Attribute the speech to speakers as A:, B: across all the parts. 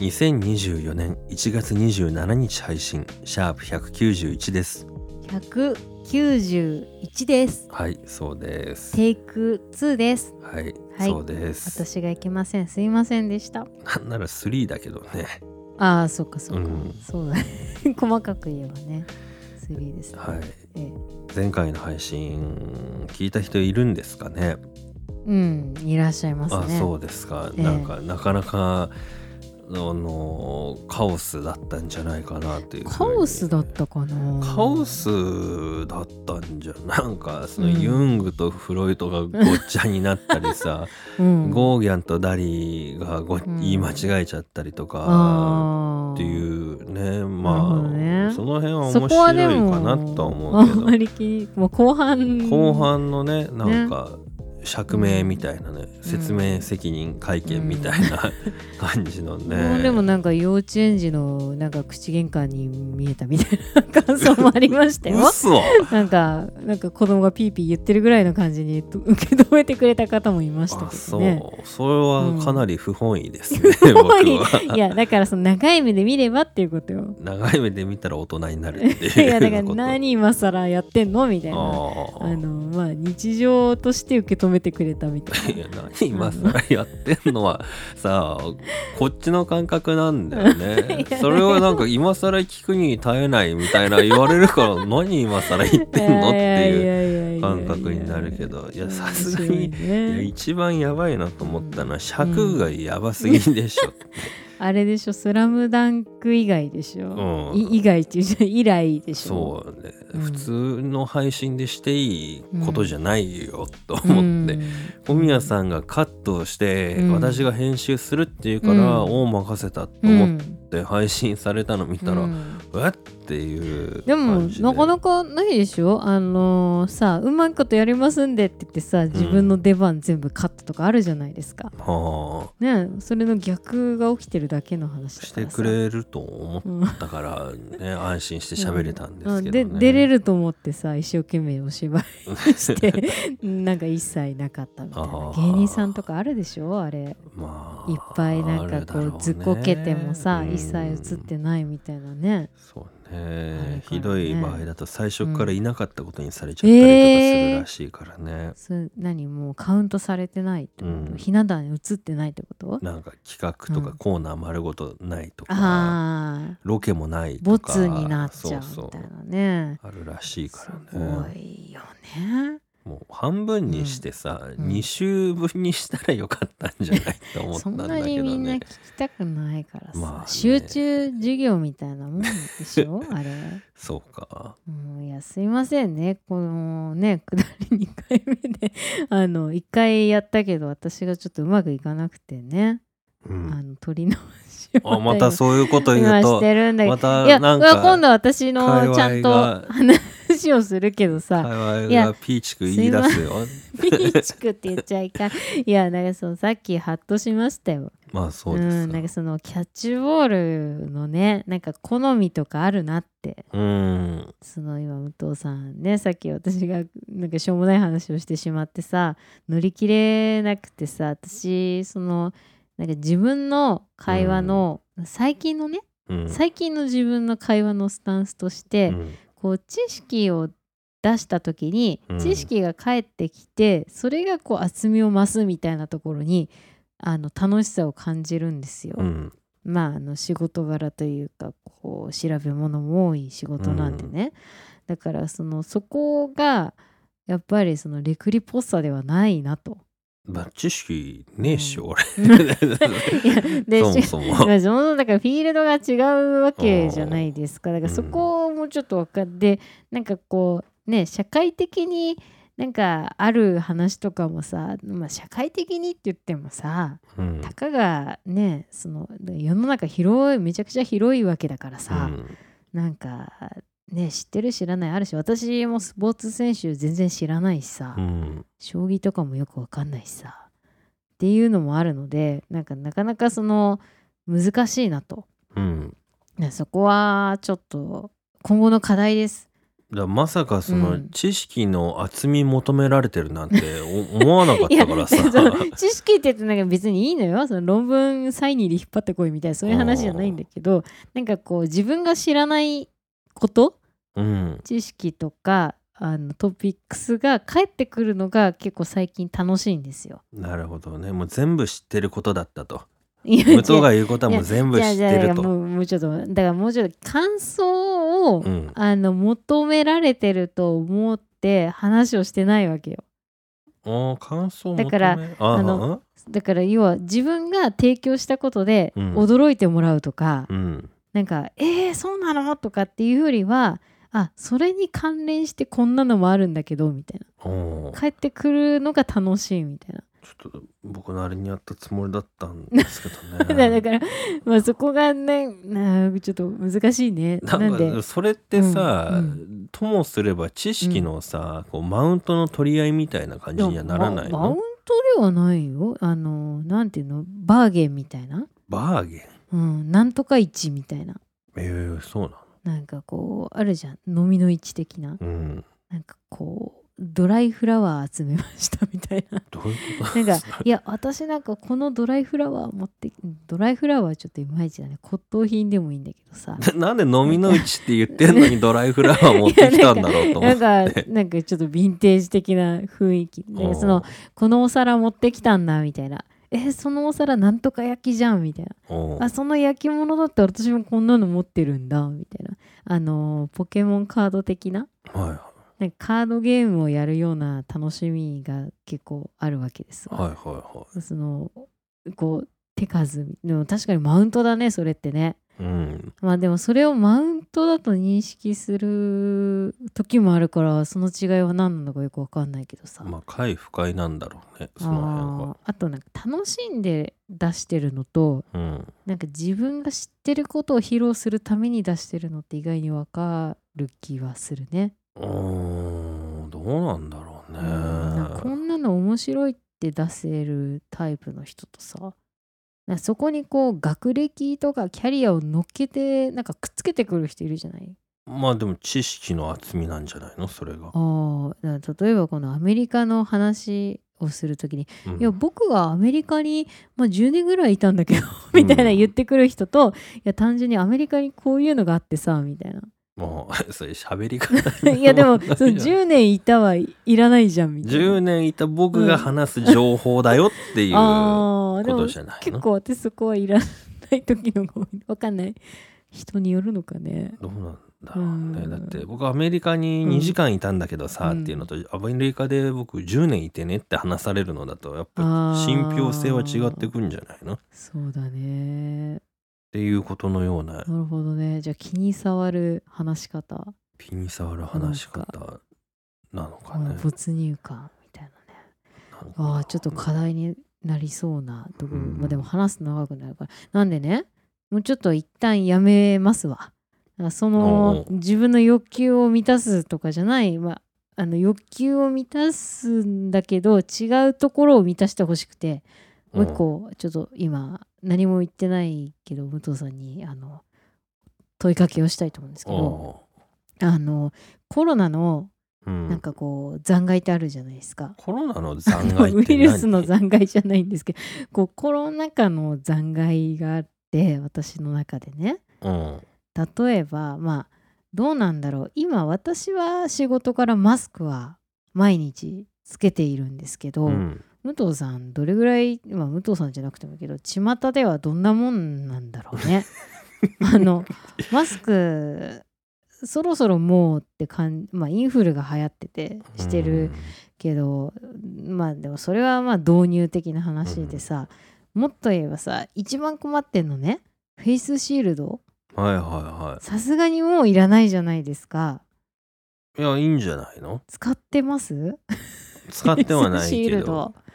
A: 2024年1月27日配信シャープ191です
B: 191です
A: はいそうです
B: テイク2です
A: はい、
B: はい
A: そうです
B: 私がいけませんすいませんでした
A: なんなら3だけどね
B: ああそっかそっか、
A: うん
B: そうだ ね細かく言えばね3ですね、
A: はい
B: ええ
A: 前回の配信聞いた人いるんですかね
B: うんいらっしゃいます
A: あ
B: ね
A: そうですか、
B: ええ
A: なんかなかなかあのカオスだったんじゃないかなっていうふうに
B: カオスだったかな
A: カオスだったんじゃなんかその
B: うん
A: ユングとフロイトがごっちゃになったりさ、
B: うん
A: ゴーギャンとダリがご、
B: ん
A: 言い間違えちゃったりとか
B: あー
A: っていうね
B: なる
A: ま
B: ほ
A: あ
B: どね
A: その辺は
B: そ
A: 面
B: こはで
A: 白い
B: も
A: かなとは思うけ
B: あんま
A: ど
B: り気にもう後半
A: 後半のねなんか釈明みたいなね説明責任会見みたいな感じのね、
B: もうでもなんか幼稚園児のなんか口喧嘩に見えたみたいな感想もありましたよ
A: 嘘
B: なんかなんか子供がピーピー言ってるぐらいの感じにと受け止めてくれた方もいました
A: あ
B: け
A: そ
B: ど
A: う、
B: ね
A: それはかなり不本意です ね、僕
B: 本意
A: はい
B: やだからその長い目で見ればっていうことよ
A: 長 い目で見たら大人になるって
B: い
A: いう
B: やだから
A: こと
B: 何今更やってんのみたい
A: あ
B: なあ
A: ー
B: のまあ日常として受け止めてくれたみたい
A: い
B: な
A: や何今更やってんのはさあこっちの感覚なんだよ ね
B: いや
A: それをなんか今更聞くに耐えないみたいな言われるから 何今更言ってんのっていう
B: いう
A: 感覚になるけどいやさすがにいや
B: に
A: 一番やばいなと思ったのは尺がやばすぎでしょ、
B: あれでしょ「スラムダンク以外でしょ、
A: うん
B: い以外っていうじゃん以来でしょ
A: そうね、
B: うん
A: 普通の配信でしていいことじゃないよ、と
B: う
A: 思って、
B: ん
A: 小宮さんがカットして、
B: うん
A: 私が編集するっていうから、
B: うん
A: を任せたと
B: うん
A: 思って配信されたの見たら、
B: う
A: うんわっていう
B: でも
A: 感じで
B: なかなかないでしょあのーさうまいことやりますんでって言ってさ自分の出番全部カットとかあるじゃないですか、
A: はあ
B: ねそれの逆が起きてるだけの話だ
A: し
B: か
A: て
B: らさ
A: くれると思
B: うん
A: ったからね安心して喋れたんですけどね、
B: うんで出れ ると思ってさ一生懸命お芝居してなんか一切なかったみたい
A: あ
B: な
A: ー
B: 芸人さんとかあるでしょあれ
A: まあ
B: いっぱいなんかこ
A: あるだろ
B: う
A: ね
B: ずっこけてもさ一切映っ
A: うん
B: てないみたいなね
A: そう
B: あるからね
A: ねひどい場合だと最初からいなかったことにされちゃったりとかするらしいからね、
B: それ何もうカウントされてないってこと、
A: うん
B: ひな壇に映ってないってこと
A: なんか企画とかコーナー丸ごとないとか、
B: ああ
A: ロケもないと
B: ボ
A: か
B: ツになっちゃうみたい
A: そう
B: なね
A: そうあるらしいか
B: す
A: ら
B: ご
A: ね
B: いよね
A: もう半分にしてさ、
B: うん
A: 2週分にしたらよかったんじゃないと思った
B: そん
A: んだ
B: な
A: け
B: に
A: ど
B: みんな聞
A: ね
B: きたくないからさ、
A: まあね
B: 集中授業みたいなもんでしょあれ
A: そうか
B: うん、いやすいませんねこのね 下り2回目であの1回やったけど私がちょっとうまくいかなくてね、
A: うん
B: あの取り直しを
A: あまた
B: う
A: そういうこと言
B: 今し
A: うと
B: てるんだけど、
A: また
B: いや
A: なんか
B: 今度私
A: 界
B: のちゃん
A: 隈
B: と
A: が
B: 話をするけどさ、
A: 会
B: い
A: 話
B: や
A: がピーチク言い出すよ
B: ピーチクって言っちゃい かんいやなんかそのさっきハッとしましたよ
A: まあそうです
B: ん、
A: よ
B: なんかそのキャッチボールのねなんか好みとかあるなって
A: うん
B: その今武藤さんねさっき私がなんかしょうもない話をしてしまってさ乗り切れなくてさ私そのなんか自分の会話の、最近のね、
A: うん
B: 最近の自分の会話のスタンスとして、
A: うん
B: こう知識を出した時に、
A: うん
B: 知識が返ってきてそれがこう厚みを増すみたいなところにあの楽しさを感じるんですよ。
A: うん
B: まあ、あの仕事柄というかこう調べ物も多い仕事なんでね、だからそのそこがやっぱりそのレクリポッサではないな と。
A: まあ知識ねえし、
B: う
A: 俺
B: いやで
A: そも
B: し
A: そ も
B: まあそもそもだからフィールドが違うわけじゃないですかだからそこをもうちょっと分かって、なんかこうね社会的になんかある話とかもさ、まあ、社会的にって言ってもさ
A: うん
B: たかがねその世の中広いめちゃくちゃ広いわけだから
A: う
B: さ、
A: ん
B: なんかね知ってる知らないあるし私もスポーツ選手全然知らないしさ、
A: うん
B: 将棋とかもよくわかんないしさっていうのもあるのでなんかなかなかその難しいなと
A: うん
B: ねそこはちょっと今後の課題です
A: だからまさかそうの
B: ん
A: 知識の厚み求められてるな んてお思わなかったからさ
B: その知識って言ってなんか別にいいのよその論文サイン入り引っ張ってこいみたいなそういう話じゃないんだけどなんかこう自分が知らないこと
A: うん
B: 知識とかあのトピックスが返ってくるのが結構最近楽しいんですよ。
A: なるほどねもう全部知ってることだったと
B: いや
A: 武藤が言うことはもう全部知っ
B: じゃあ
A: て
B: じゃあ
A: る
B: も
A: と
B: うもうちょっとだからもうちょっと感想を、
A: うん
B: あの求められてると思って話をしてないわけよ
A: あー感想求め
B: だから
A: あ
B: あのだから要は自分が提供したことで
A: うん
B: 驚いてもらうとか、
A: うん
B: なんか「えー、そうなの?」とかっていうよりは「あそれに関連してこんなのもあるんだけど」みたいな
A: おー
B: 帰ってくるのが楽しいみたいな
A: ちょっと僕なりにやったつもりだったんですけ ど
B: だからだ
A: ね
B: から、まあ、そこがねなちょっと難しいねな
A: なん
B: んで
A: かそれってさ、
B: うんう
A: ともすれば知識のさ、こうマウントの取り合いみたいな感じにはならない
B: やまマウン
A: の
B: トではないよあのなんていうのバーゲンみたいな、
A: バーゲン
B: うん、なんとか市みたいな
A: えー、そうなの
B: なんかこうあるじゃん飲みの市的な
A: うん
B: なんかこうドライフラワー集めましたみたい な
A: どういうこと
B: なんかいや私なんかこのドライフラワー持ってドライフラワーちょっといまいちだね骨董品でもいいんだけどさ
A: なんで飲みの市って言ってんのにドライフラワー持ってきたんだろうと思
B: な
A: っ
B: ん
A: て。
B: かなんかちょっとヴィンテージ的な雰囲気でそのこのお皿持ってきたんだみたいなえそのお皿なんとか焼きじゃんみたいな
A: おー
B: あその焼き物だったら私もこんなの持ってるんだみたいなあのーポケモンカード的な
A: は
B: なんかカードゲームをやるような楽しみが結構あるわけです
A: い
B: が、
A: はいはいは
B: そのこう手数でも確かにマウントだねそれってね
A: い。うん。
B: まあでもそれをマウントだと認識する時もあるからその違いは何なのかよく分かんないけどさ、
A: まあ快不快なんだろうね。
B: あ
A: そ
B: ー
A: の
B: あとなんか楽しんで出してるのと
A: 辺は。うん。
B: なんか自分が知ってることを披露するために出してるのって意外にわかる気はするね。
A: おーどうなんだろうね。
B: なんかこんなの面白いって出せるタイプの人とさなんかそこにこう学歴とかキャリアを乗っけてなんかくっつけてくる人いるじゃない
A: まあでも知識の厚みなんじゃないのそれが。
B: あーだから例えばこのアメリカの話をするときに
A: う
B: いや僕がアメリカに、まあ、10年ぐらいいたんだけ どみたいな言ってくる人と、いや単純にアメリカにこういうのがあってさみ たいな
A: もうそれ喋り方
B: いやでもその
A: 10
B: 10年いたはいらないじゃんみたいな。
A: 年いた僕が話す情報だよっていうこ
B: ああで
A: と
B: も
A: じゃない
B: 結
A: の
B: 構私そこはいらない時の方が多いわかんない人によるのかね。
A: どうなんだろうね、
B: うん
A: だって僕アメリカに2時間いたんだけどさ、
B: うん
A: っていうのとアメリカで僕10年いてねって話されるのだとやっぱ
B: あー
A: 信憑性は違ってくんじゃないのっ
B: そうだね。
A: ていうことのような
B: なるほどね。じゃあ気に障る話し方、
A: 気に障る話し方なのか
B: この
A: ね。
B: 没入感みたいなね。
A: なんか
B: ああちょっと課題になりそうなところ、
A: うん
B: まあでも話すと長くなるからなんでねもうちょっと一旦やめますわだからそ
A: おうお
B: の
A: う
B: 自分の欲求を満たすとかじゃない、まあ、あの欲求を満たすんだけど違うところを満たしてほしくてもう一個ちょっと今何も言ってないけど武藤さんにあの問いかけをしたいと思うんですけどあのコロナの
A: うん
B: なんかこう残骸ってあるじゃないですか。
A: コロナの残
B: あの
A: 骸
B: ウ
A: って
B: イ
A: 何
B: ルスの残骸じゃないんですけどこうコロナ禍の残骸があって私の中でね
A: うん
B: 例えばまあどうなんだろう今私は仕事からマスクは毎日つけているんですけど、
A: うん
B: 武藤さんどれぐらい、まあ、武藤さんじゃなくてもいいけど巷ではどんなもんなんだろう ねあのマスクそろそろもうって感じ、まあ、インフルが流行っててしてる、けどまあでもそれはまあ導入的な話でさ、もっと言えばさ一番困ってんのねフェイスシールド
A: うんはいはいは
B: さすがにもういらないじゃないですか
A: いやいいんじゃないの
B: 使ってます
A: 使って はない
B: シー
A: け
B: ル
A: ど
B: ド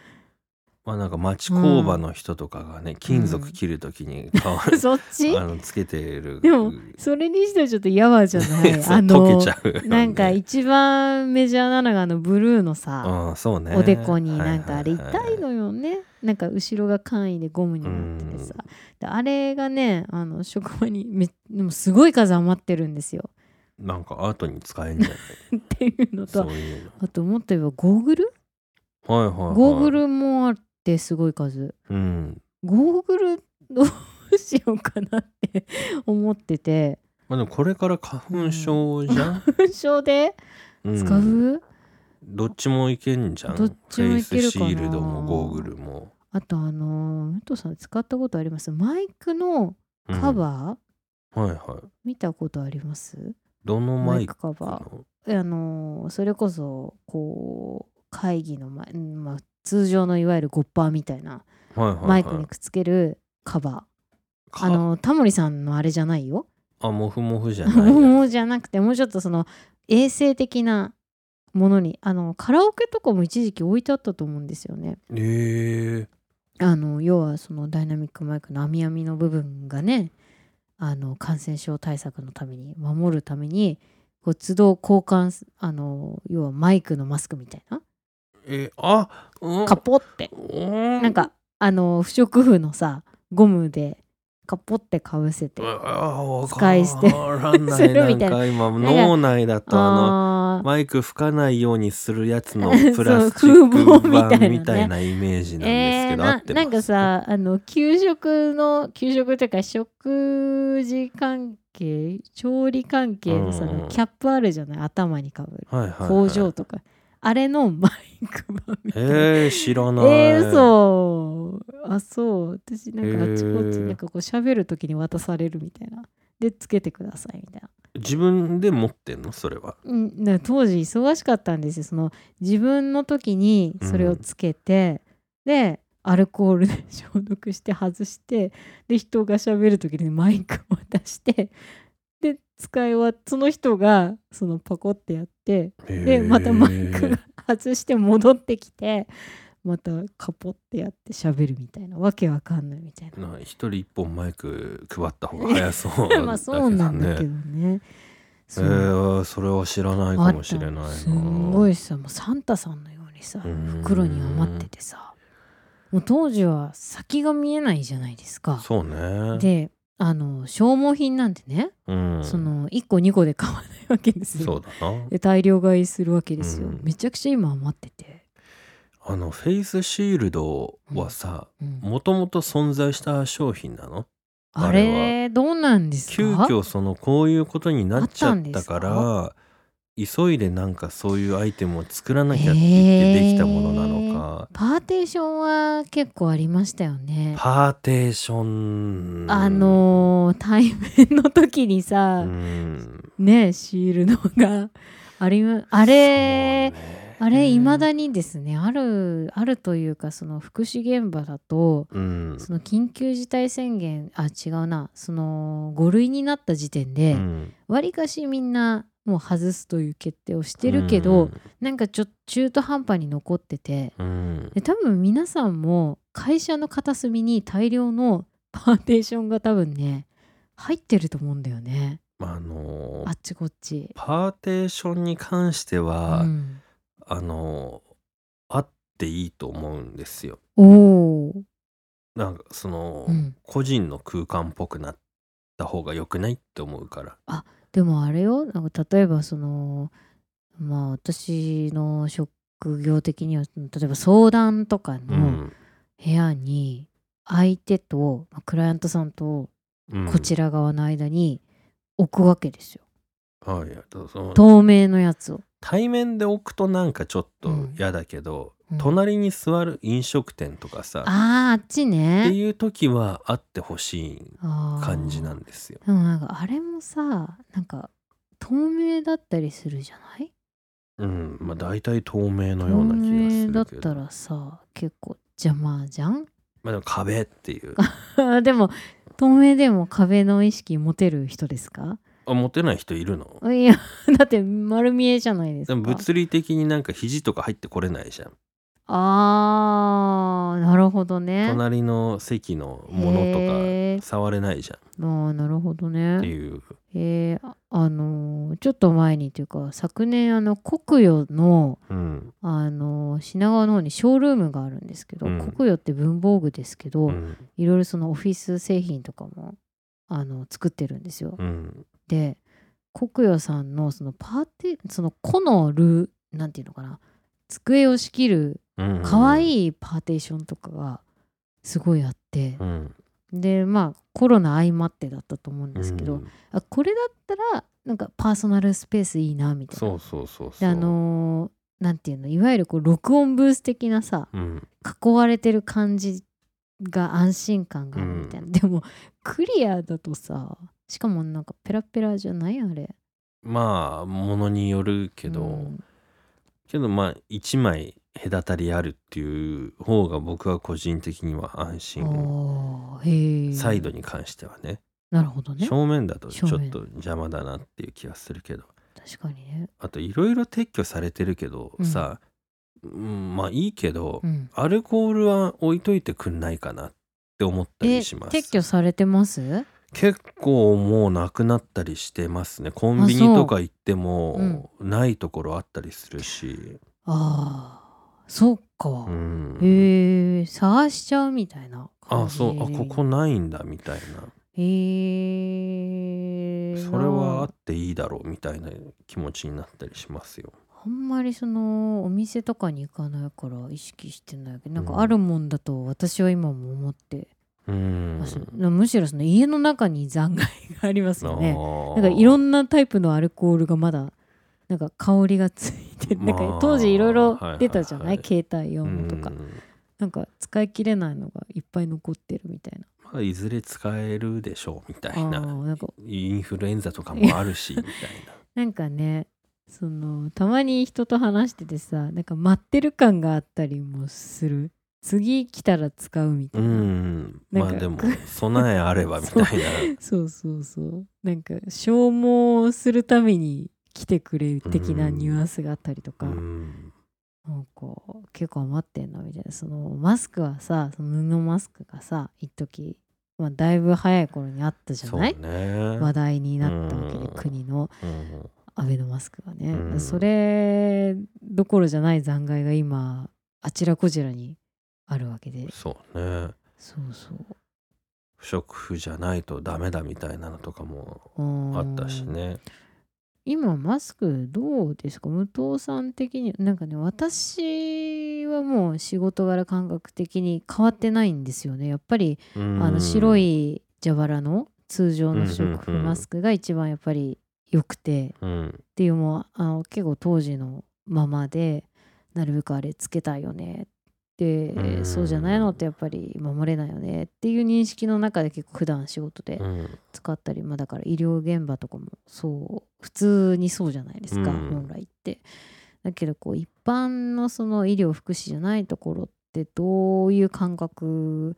A: まあなんか町工場の人とかがね、金属切るときに顔、
B: そっち
A: あのつけてる
B: で もそれにしてはちょっとやわじゃない
A: そう
B: あの
A: 溶けちゃうよね
B: なんか一番メジャーなのがあのブルーのさ、
A: うんそうね
B: おでこになんかあれ
A: はいはいはい
B: 痛いのよねなんか後ろが簡易でゴムになっててさであれがねあの職場にめでもすごい数余ってるんですよ
A: なんかアートに使えんじゃ ない
B: っていうの
A: そう
B: と
A: いうの
B: あともっと言えばゴーグル
A: はいはい、はい、
B: ゴーグルもあってすごい数
A: うん
B: ゴーグルどうしようかなって思ってて
A: まあでもこれから花粉症じゃん、
B: 文章で
A: うん
B: 使う、
A: どっちもいけんじゃん
B: どっちもいけるかな
A: フェイスシールドもゴーグルも、
B: あとあのー武藤さん使ったことありますマイクの
A: うん
B: カバー
A: はいはい
B: 見たことあります
A: どのマイク
B: カ
A: な
B: バ
A: の
B: ーあのーそれこそこう会議の前、うんまあ、通常のいわゆるゴッパーみたいな
A: はいはいはい
B: マイクにくっつけるカバー、
A: か
B: あのータモリさんのあれじゃないよ
A: あモフモフじゃない や
B: もうじゃなくてもうちょっとその衛生的なものにあのカラオケとかも一時期置いてあったと思うんですよね
A: つへえ
B: あの要はそのダイナミックマイクの網網の部分がねあの感染症対策のために守るためにこう都度交換すあの要はマイクのマスクみたいな
A: えあうん
B: カポって
A: うん
B: なんかあの不織布のさゴムでカポってかぶせて使
A: 使
B: い捨て
A: らんな
B: す
A: いな
B: るみ
A: ん
B: たいな
A: か今脳内だとあ
B: あ
A: の
B: ー
A: マイク吹かないようにするやつの
B: そう
A: プラスチッ
B: 風防
A: ク
B: みたいなね
A: 板みたいなイメージなんです
B: え
A: け
B: ー
A: ど、合
B: な
A: ってます
B: なんかさあの給食の給食というか食事関係調理関係のさ、
A: うんうん
B: キャップあるじゃない頭にかぶる
A: はいはいはい
B: 工場とか、あれのマイク版みたいな。
A: えー、知らない
B: えー、そうあそう私なんかあっちこっち
A: へー
B: なんかこう喋る時に渡されるみたいなでつけてくださいみたいな
A: 自分で持ってんのそれは
B: うん、だから当時忙しかったんですよその自分の時にそれをつけて、でアルコールで消毒して外してで人が喋る時にマイクを渡してで使い終わっその人がそのパコってやって
A: で
B: でまたマイクが外して戻ってきてまたカポってやって喋るみたいなわけわかんないみたいな。
A: な一人一本マイク配った方が早そうだけど ね
B: まあそうなんだけどね。
A: え
B: そう
A: ー、それは知らないかもしれない
B: あ
A: な
B: ったすんごいさもうサンタさんのようにさ
A: うん
B: 袋に余っててさもう当時は先が見えないじゃないですか。
A: そうね
B: であの消耗品なんてね、
A: うん、
B: その1個2個で買わないわけです
A: そ
B: よ。
A: うだな
B: で大量買いするわけですよ。
A: うん
B: めちゃくちゃ今余ってて。
A: あのフェイスシールドはさ
B: うん
A: もともと存在した商品なの
B: あ
A: あれ
B: れどうなんですか
A: 急遽そのこういうことになっちゃったか
B: あ
A: ら急いでなんかそういうアイテムを作らなきゃって言ってできたものなのか、
B: パーテーションは結構ありましたよね。
A: パーテーション
B: あのー対面の時にさ、
A: うん
B: ねシールドがありまあれ、
A: そうね
B: あれいまだにですねあるあるというかその福祉現場だと
A: うん
B: その緊急事態宣言あ違うなその5類になった時点で
A: うん
B: わり、かしみんなもう外すという決定をしてるけど、なんかちょっと中途半端に残ってて
A: うんうん
B: で多分皆さんも会社の片隅に大量の パーテーションが多分ね入ってると思うんだよね
A: あのー
B: あっちこっち。
A: パーテーションに関しては、
B: うん
A: あのーあっていいと思うんですよ
B: おお、
A: なんかその、
B: うん、
A: 個人の空間っぽくなった方が良くないって思うから
B: でもあれよなんか例えばそのまあ私の職業的には例えば相談とか
A: う
B: の
A: ん、
B: 部屋に相手と、まあクライアントさんと
A: うん
B: こちら側の間に置くわけですよ、
A: はいやとその
B: 透明のやつを。
A: 対面で置くとなんかちょっと嫌だけど、
B: うん
A: 隣に座る飲食店とかさ、
B: あーあっち
A: って
B: ね
A: いう時はあってほしい感じなん
B: だ
A: ですよ
B: でもなんかあれもさなんか透明だったりするじゃない
A: うんまあ大体透明のよ
B: 透
A: うな気がするけ
B: 明
A: ど
B: だったらさ結構邪魔じゃん
A: まあでも 壁っていう
B: でも透明でも壁の意識持てる人ですか
A: あモテない人いるの
B: いや だって丸見えじゃないです
A: で
B: か
A: も物理的になんか肘とか入ってこれないじゃん
B: あーなるほどね
A: 隣の席のもの
B: へ
A: とか触れないじゃん
B: ーあーなるほどね
A: っていう
B: えー、ああのーちょっと前にというか昨年あの国与の、
A: うん
B: あのー品川の方にショールームがあるんですけど、
A: うん
B: 国与って文房具ですけど、
A: うん
B: いろいろそのオフィス製品とかもあの作ってるんですよ。
A: うん
B: で国与さんのそのパーティーその個のルーなんていうのかな机を仕切る
A: うん
B: 可愛いパーテーションとかがすごいあって
A: う、ん
B: でまあコロナ相まってだったと思うんですけど、
A: うん
B: あこれだったらなんかパーソナルスペースいいなみたいな
A: そうそうそう
B: で
A: そう
B: あのーなんていうのいわゆるこう録音ブース的なさ
A: うん
B: 囲われてる感じが安心感があるみたいな、でもクリアだとさしかもなんかペラペラじゃないあれ
A: まあものによるけど、
B: うん
A: けどまあ一枚隔たりあるっていう方が僕は個人的には安心
B: あーへえ
A: サイドに関してはね
B: なるほどね
A: 正面だとちょ
B: 正
A: っ
B: 面
A: と邪魔だなっていう気がするけど
B: 確かにね
A: あといろいろ撤去されてるけど
B: うん
A: さ、うんまあいいけど、
B: うん
A: アルコールは置いといてくんないかなって思った
B: え
A: りします
B: 撤去されてます
A: 結構もうなくなったりしてますねコンビニとか行ってもないところあったりするし、
B: ああそうか、
A: うん
B: へえ探しちゃうみたいな感
A: あ
B: じ
A: そうあここないんだみたいな
B: へえ
A: それはあっていいだろうみたいな気持ちになったりしますよ。
B: あんまりそのお店とかに行かないから意識してないけどなん
A: うん
B: かあるもんだと私は今も思って
A: うん
B: ます、むしろその家の中に残骸がありますよね
A: な
B: なんかいろ
A: ん
B: んなタイプのアルコールがまだなんか香りがついてる、
A: まあ
B: なんか当時いろいろ出たじゃ
A: は
B: ない,、
A: はいいはい
B: 携帯用のとか、
A: うん
B: なんか使い切れないのがいっぱい残ってるみたいな
A: まあ、いずれ使えるでしょうみたい
B: あー
A: な
B: なんか
A: インフルエンザとかもあるしみたいな。
B: なんかねそのたまに人と話しててさなんか待ってる感があったりもする次来たら使うみた
A: う
B: いな、
A: ん
B: な
A: ま
B: ん
A: あ
B: か
A: でも備えあればみたいな。
B: そうそうそうなんか消耗するために来てくれる的なニュアンスがあったりとか、
A: うん
B: なんか結構余ってんなみたいなそのマスクはさその布マスクがさ一時、まあ、だいぶ早い頃にあったじゃ
A: そう
B: ない
A: ね。
B: 話題になったわけで
A: うん
B: 国の
A: うん
B: アベノマスクがね、
A: うん
B: それどころじゃない残骸が今あちらこちらにあるわけで
A: そうね。
B: そうそう
A: 不織布じゃないとダメだみたいなのとかも
B: うん
A: あったしね。
B: 今マスクどうですか武藤さん的になんかね私はもう仕事柄感覚的に変わってないんですよねやっぱり、
A: うん
B: あの白い蛇腹の通常の不織布
A: うんうんうん
B: マスクが一番やっぱり良くて、
A: うん
B: っていうのもあの結構当時のままでなるべくあれつけたいよねで、
A: うん
B: そうじゃないのってやっぱり守れないよねっていう認識の中で結構普段仕事で
A: うん
B: 使ったり、まあだから医療現場とかもそう普通にそうじゃないですか、
A: うん
B: 本来って。だけどこう一般のその医療福祉じゃないところってどういう感覚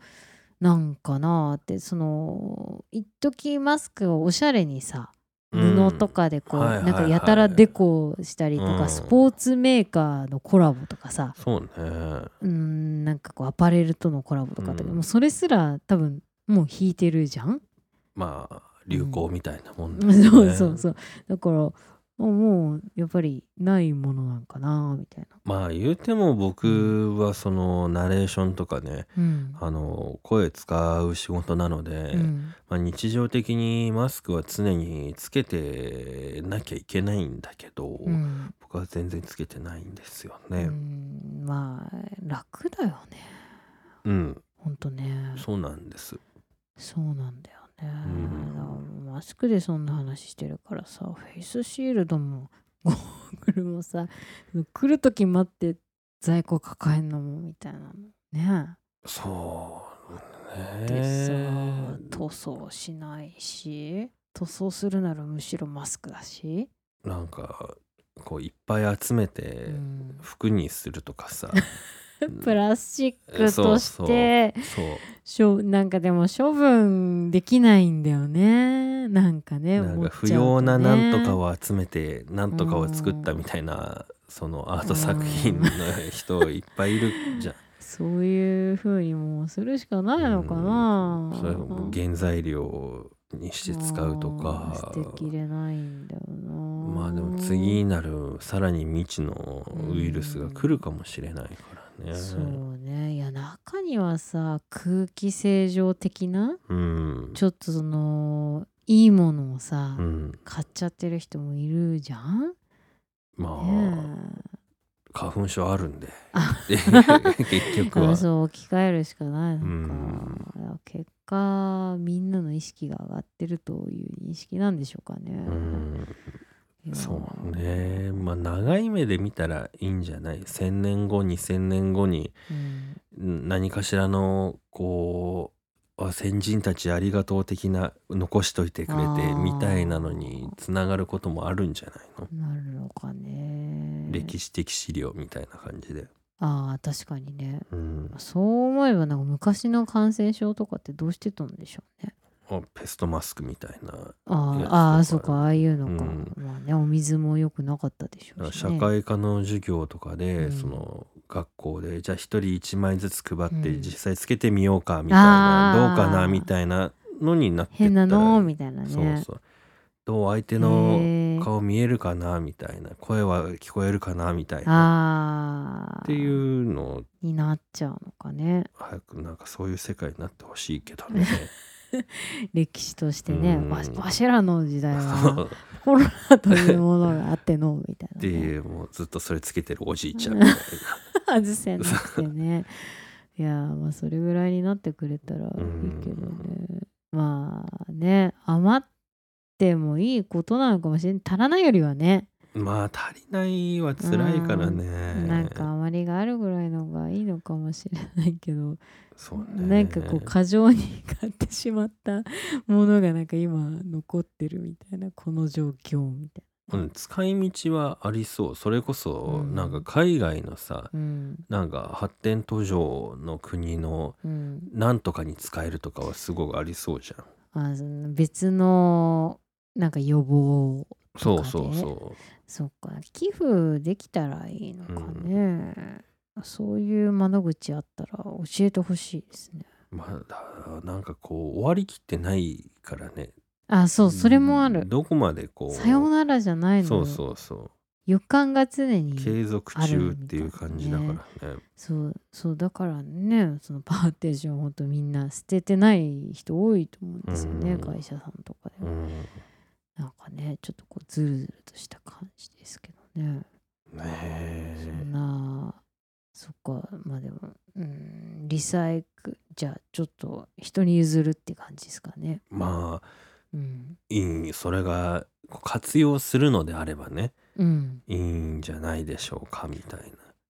B: なんかなってその一時マスクをおしゃれにさ
A: うん
B: 布とかでこう、
A: はいはいはい
B: なんかやたらデコしたりとか、
A: うん
B: スポーツメーカーのコラボとかさ
A: そうね。
B: うんなんかこうアパレルとのコラボとかって、
A: うん
B: もうそれすら多分もう引いてるじゃん、
A: まあ流行みたいなもん ね
B: そうそうそうだからもうもうやっぱりないものなんかなみたいな、
A: まあ言うても僕はそのナレーションとかね
B: うん
A: あの声使う仕事なので、
B: うん
A: まあ、日常的にマスクは常につけてなきゃいけないんだけど、
B: うん
A: 僕は全然つけてないんですよ
B: う
A: ね。
B: んまあ楽だよね
A: うん、
B: ほんとね
A: そうなんです。
B: そうなんだよね、
A: う
B: だ
A: ん
B: からマスクでそんな話してるからさフェイスシールドも ゴーグルもさ来る時待って在庫抱えんのもみたいなのね
A: そう
B: でさ
A: ね。
B: 塗装しないし塗装するならむしろマスクだし、
A: なんかこういっぱい集めて
B: うん
A: 服にすると かさ、
B: プラスチックとして
A: そう
B: しょなんかでも処分できないんだよねねなんかね
A: なん
B: 思っ
A: か
B: ちゃう
A: 不要な
B: ね
A: なんとかを集めてなんとかを作ったみたいな、そのアート作品の人いっぱいいるじゃん。
B: そういうふうにもうするしかないのかな、
A: それも原材料にして使うとか
B: あー捨てきれないんだよな
A: まあでも次になるさらに未知のウイルスが来るかもしれないからね。
B: そうねいや中にはさ空気清浄的な
A: うん
B: ちょっとそのいいものをさ、
A: うん、
B: 買っちゃってる人もいるじゃん、
A: まあ、
B: ねえ
A: 花粉症あるんで
B: あ
A: で 結局は
B: あそう置き換えるしかないのか、
A: うん
B: だから結果みんなの意識が上がってるという認識なんでしょうかね、
A: うん
B: いや
A: そうねまあ長い目で見たらいいんじゃない1,000年後2,000年後に
B: うん
A: ん何かしらのこうあ先人たちありがとう的な残しといてくれ
B: あ
A: て
B: ー
A: みたいなのにつながることもあるんじゃないの、
B: なるのかね
A: 歴史的資料みたいな感じで、
B: ああ確かにね
A: うん、
B: そう思えばなんか昔の感染症とかってどうしてたんでしょうね
A: あペストマスクみたいな
B: あ
A: やつと
B: ー
A: か
B: あーそうかああいうのか、
A: うん
B: まあねお水も良くなかったでしょうし、
A: 社
B: ね、
A: 会科の授業とかで、
B: うん
A: その学校でじゃあ一人1枚ずつ配って
B: うん
A: 実際つけてみようかみたいな、
B: あー
A: どうかなみたいなのになってったら
B: 変なのみたいなね
A: そうそうどう相手の
B: へー
A: 顔見えるかなみたいな声は聞こえるかなみたいな
B: ああ
A: っていうのを
B: になっちゃうのかね
A: 早くなんかそういう世界になってほしいけどね。
B: 歴史としてね、
A: うん
B: わわしらの時代は
A: っ
B: コロナというものがあってのみ たいな、
A: て
B: ね、
A: いうもうずっとそれつけてるおじいちゃん みたいな。
B: 外せなくてね いやーまあそれぐらいになってくれたらいいけどねまあね余ってもいいことなのかもしれない足らないよりはね
A: まあ足りないは辛いからね。
B: なんか余りがあるぐらいのがいいのかもしれないけど
A: そう
B: な
A: ね。
B: んかこう過剰に買ってしまった ものがなんか今残ってるみたいなこの状況みたい
A: うん、使い道はありそうそれこそ
B: うん
A: なんか海外のさ、
B: な。うん
A: なんか発展途上の国の
B: うん、
A: なんとかに使えるとかはすごくありそうじゃん。
B: あその別のなんか予防と
A: そう
B: かね
A: そうそう
B: そっか寄付できたらいいのかね、そういう窓口あったら教えてほしいですね
A: まあだなんかこう終わりきってないからね
B: あそうそれもあ
A: うん
B: る
A: どこまでこう
B: さよならじゃないの
A: そう
B: う
A: そうそ
B: 予感が常に
A: う継続中っていう感じだからね
B: そうそうだからねそのパーテーションほんとみんな捨ててない人多いと思うんですよね、
A: うん
B: 会社さんとかで
A: う
B: も、
A: ん
B: なんかねちょっとこうズルズルとした感じですけどね
A: ね
B: そ
A: え
B: んなそっかまあでもうんリサイクじゃあちょっと人に譲るって感じですかね
A: まあ
B: うん
A: いいそれがこう活用するのであればね
B: うん
A: いいんじゃないでしょうかみたいな。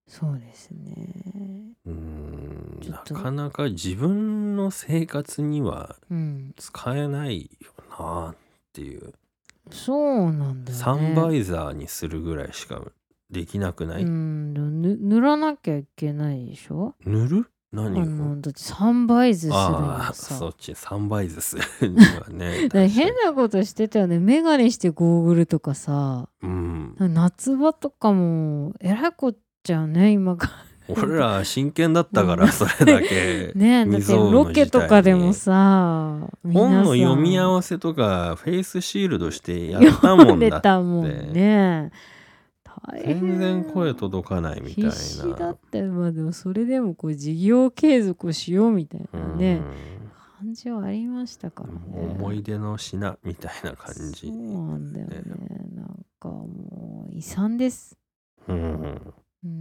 B: そうですね
A: うーん
B: ちょ
A: な
B: っと
A: かなか自分の生活には
B: うん
A: 使えないよなっていう、
B: そうなんだよね
A: サンバイザーにするぐらいしかできなくない、
B: うんでもぬ塗らなきゃいけないでしょ
A: 塗る
B: あ
A: 何を
B: のだってサンバイズする
A: あ
B: の
A: あ
B: さ
A: そっちサンバイズするにはね
B: だから変なことしてたよねメガネしてゴーグルとかさ
A: うん
B: 夏場とかもえらいこっちゃうね今が
A: 俺ら真剣だったからそれだ け
B: ねだっ
A: 未
B: て
A: 曾有の
B: ロケとかでもさ
A: 本の読み合
B: わ
A: わせとかフェイスシールドしてやったもん
B: で
A: だ って
B: たもんね大変
A: 全然声届かないみたいな
B: 必死だったよまあでもそれでもこう事業継続をしようみたいなね
A: うん
B: 感じはありましたからね
A: 思い出の品みたいな感じ
B: そうなんだよねなんかもう遺産です
A: うん
B: うん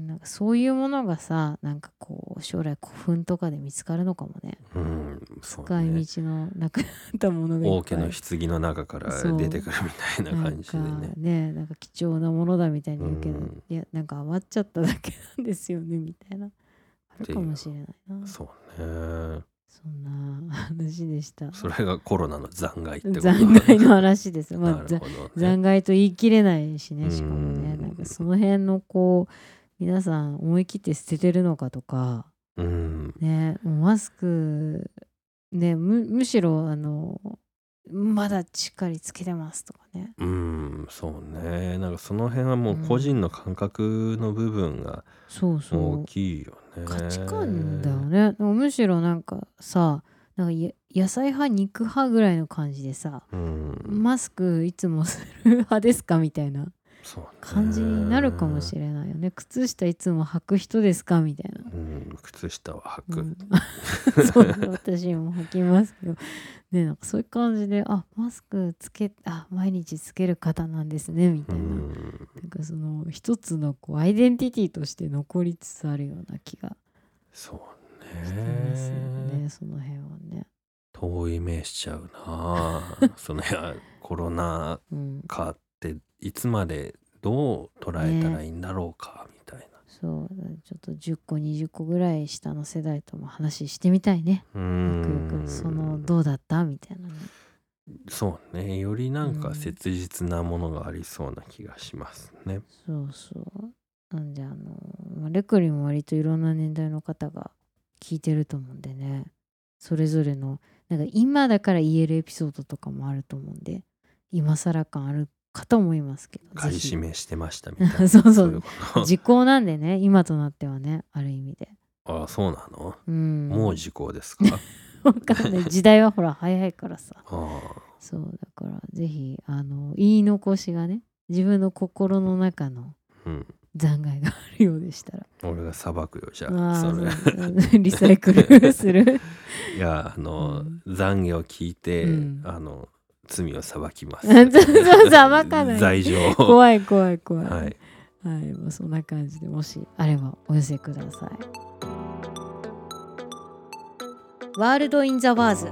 B: なんかそういうものがさなんかこう将来古墳とかで見つかるのかもね
A: うんそう
B: 使
A: ね
B: い道のなくなったものがいっぱい
A: 王家の棺の中から
B: そう
A: 出てくるみたいな感じで
B: なん
A: ね
B: かねなんか貴重なものだみたいに言うけど、
A: うん
B: いやなんか余っちゃっただけなんですよねみたいなあるかもしれないなそ
A: そうね
B: んな話でした
A: それがコロナの残骸ってことだね
B: 残骸の話です、ま
A: な
B: あ、
A: る
B: ざ
A: ほどね
B: 残骸と言い切れないし
A: うん
B: ねしかもねなんかその辺のこう皆さん思い切って捨ててるのかとか
A: うん
B: ねもうマスクねむむしろあのまだしっかりつけてますとかね
A: うんそうねなんかその辺はもう個人の感覚の部分が
B: そう
A: 大
B: そう
A: きいよね、
B: 価値観だよねでもむしろなんかさなんかや野菜派肉派ぐらいの感じでさ
A: うん
B: マスクいつもする派ですかみたいな
A: そうね
B: 感じになるかもしれないよね靴下いつも履く人ですかみたいな。
A: うん、靴下は履く、
B: う ん、そう私も履きますけど、ね、なんかそういう感じであマスクつけあ毎日つける方なんですねみた
A: う
B: いな,、
A: ん、
B: なんかその一つのこうアイデンティティとして残りつつあるような気が
A: そう
B: してますよ
A: ね
B: ねその辺はね。
A: 遠い目しちゃうなそのいやコロナ
B: うん、
A: 禍っていつまでどう捉えたらいいんだろうか、みたい
B: そうちょっと10個20個ぐらい下の世代とも話してみたいね。
A: なう
B: よ
A: ん
B: くよくそのどうだったみたいなね。
A: そうねよりなん
B: う
A: か
B: ん
A: 切実なものがありそうな気がしますね
B: そうそうなんであのまあレクリも割といろんな年代の方が聞いてると思うんでねそれぞれのなんか今だから言えるエピソードとかもあると思うんで今更感ある方もいますけど
A: 買い
B: ぜひ
A: 占めしてましたみたいな
B: そうそう
A: いうこと
B: 時効なんでね今となってはねある意味で
A: あそうなの、
B: うん
A: もう時効です か
B: わかんない時代はほら早いからさ
A: ああ
B: そうだからぜひあの言い残しがね自分の心の中の
A: うん
B: 残骸があるようでしたら
A: 俺が裁くよじゃあ
B: あ
A: それ
B: ーそうリサイクルす る
A: いやあの、
B: う
A: 懺悔を聞いて、
B: うん
A: あの罪を裁きます
B: そう そう裁かない
A: 罪状を
B: 怖い怖い怖い
A: は、い
B: はいまあそんな感じでもしあればお寄せくださいワールド・イン・ザ・ワーズ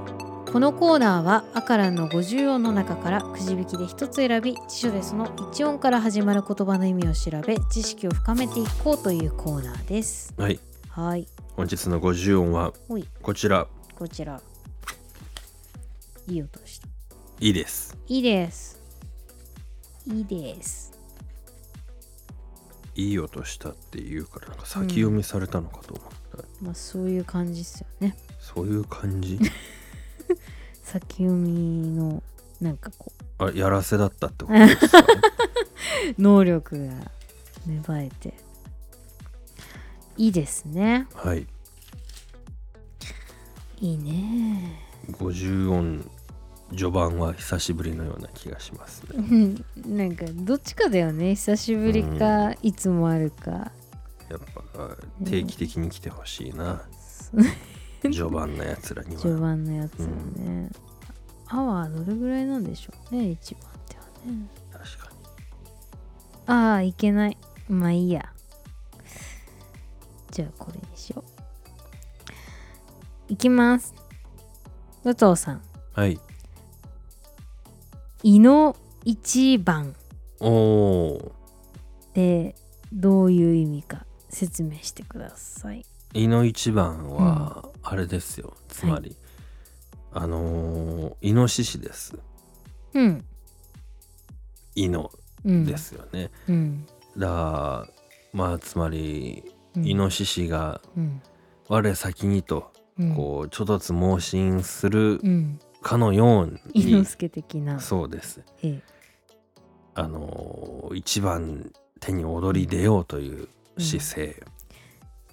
B: このコーナーはアカランの50音の中からくじ引きで一つ選び辞書でその1音から始まる言葉の意味を調べ知識を深めていこうというコーナーです
A: はい
B: はい
A: 本日の50音は
B: ほい
A: こちら
B: こちらいい音した
A: いいです
B: いいです。いいです。
A: いい音したって言うからなんか先読みされたのかと思った、
B: まあそういう感じですよね。
A: そういう感 じ
B: 先読みのなんかこ
A: あやらせだったってことですか
B: う能力が芽生えていいですね。
A: はい
B: いいね。
A: 50音序盤は久しぶりのような気がしますね
B: うん なんかどっちかだよね。久しぶりかいつもあるか。
A: やっぱ定期的に来てほしいな、序盤のやつらに
B: 序
A: は
B: 盤のやつよね。アワーどれぐらいなんでしょうね。一番ってはね。
A: 確かに
B: ああいけないまあいいやじゃあこれにしよういきます武藤さん
A: はい
B: 「胃の一番
A: おお」
B: ってどういう意味か説明してください
A: 胃の一番はあれですよ、つまり、あのーイノシシです
B: うん
A: 胃の
B: うん
A: ですよね、
B: うん
A: だからまあつまり
B: うん
A: イノシシが
B: うん
A: 我先にと
B: うん
A: こうちょっと猛進す
B: う
A: る
B: ん
A: かのよう
B: 伊之
A: に、
B: 助的な
A: そうです
B: ええ
A: あのー一番手に躍り出ようという姿勢、